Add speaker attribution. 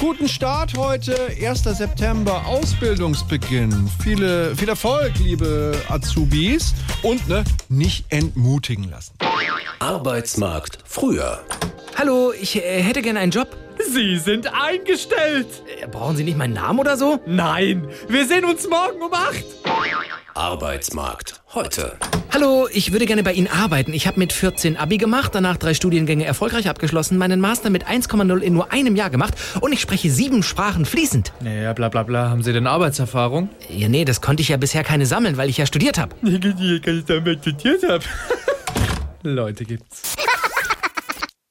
Speaker 1: Guten Start heute, 1. September, Ausbildungsbeginn. Viele, viel Erfolg, liebe Azubis. Und ne, nicht entmutigen lassen.
Speaker 2: Arbeitsmarkt früher.
Speaker 3: Hallo, ich äh, hätte gern einen Job.
Speaker 4: Sie sind eingestellt.
Speaker 3: Äh, Brauchen Sie nicht meinen Namen oder so?
Speaker 4: Nein, wir sehen uns morgen um 8.
Speaker 2: Arbeitsmarkt heute.
Speaker 3: Hallo, ich würde gerne bei Ihnen arbeiten. Ich habe mit 14 Abi gemacht, danach drei Studiengänge erfolgreich abgeschlossen, meinen Master mit 1,0 in nur einem Jahr gemacht und ich spreche sieben Sprachen fließend.
Speaker 4: Naja, bla bla bla. Haben Sie denn Arbeitserfahrung?
Speaker 3: Ja, nee, das konnte ich ja bisher keine sammeln, weil ich ja studiert habe.
Speaker 4: Ich kann ich damit studiert habe. Leute gibt's.